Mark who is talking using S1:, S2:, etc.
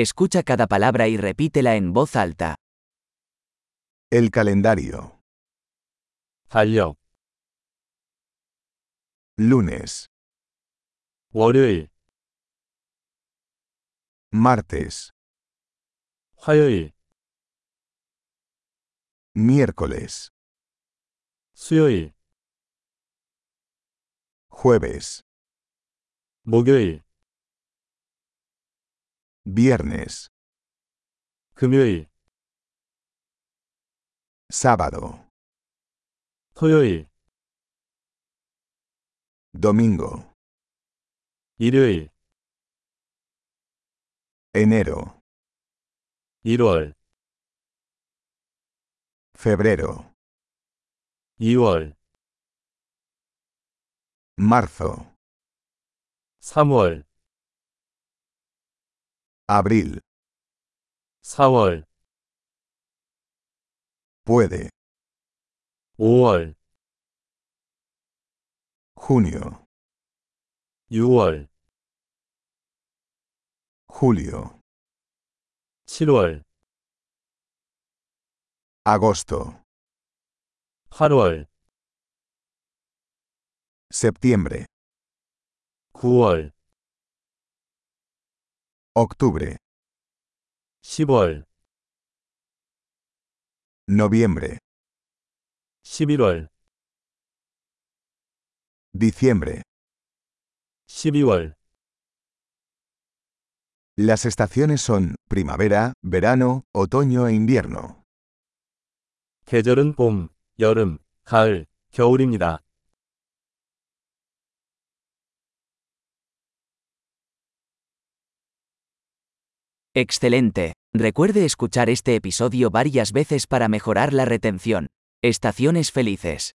S1: Escucha cada palabra y repítela en voz alta.
S2: El calendario.
S3: 달력,
S2: Lunes,
S3: 월요일,
S2: martes,
S3: 화요일,
S2: miércoles,
S3: 수요일,
S2: jueves,
S3: 목요일,
S2: viernes,
S3: 금요일,
S2: sábado,
S3: 토요일,
S2: domingo,
S3: 일요일,
S2: enero,
S3: 1월,
S2: febrero,
S3: 2월,
S2: marzo,
S3: 3월,
S2: abril,
S3: 4월,
S2: puede,
S3: 5월,
S2: junio,
S3: 6월,
S2: julio,
S3: 7월,
S2: agosto,
S3: 8월,
S2: septiembre,
S3: 9월,
S2: octubre,
S3: 10월,
S2: noviembre,
S3: 11월,
S2: diciembre.
S3: 12월,
S2: Las estaciones son primavera, verano, otoño e invierno.
S3: 계절은 봄, 여름, 가을, 겨울입니다.
S1: Excelente. Recuerde escuchar este episodio varias veces para mejorar la retención. Estaciones felices.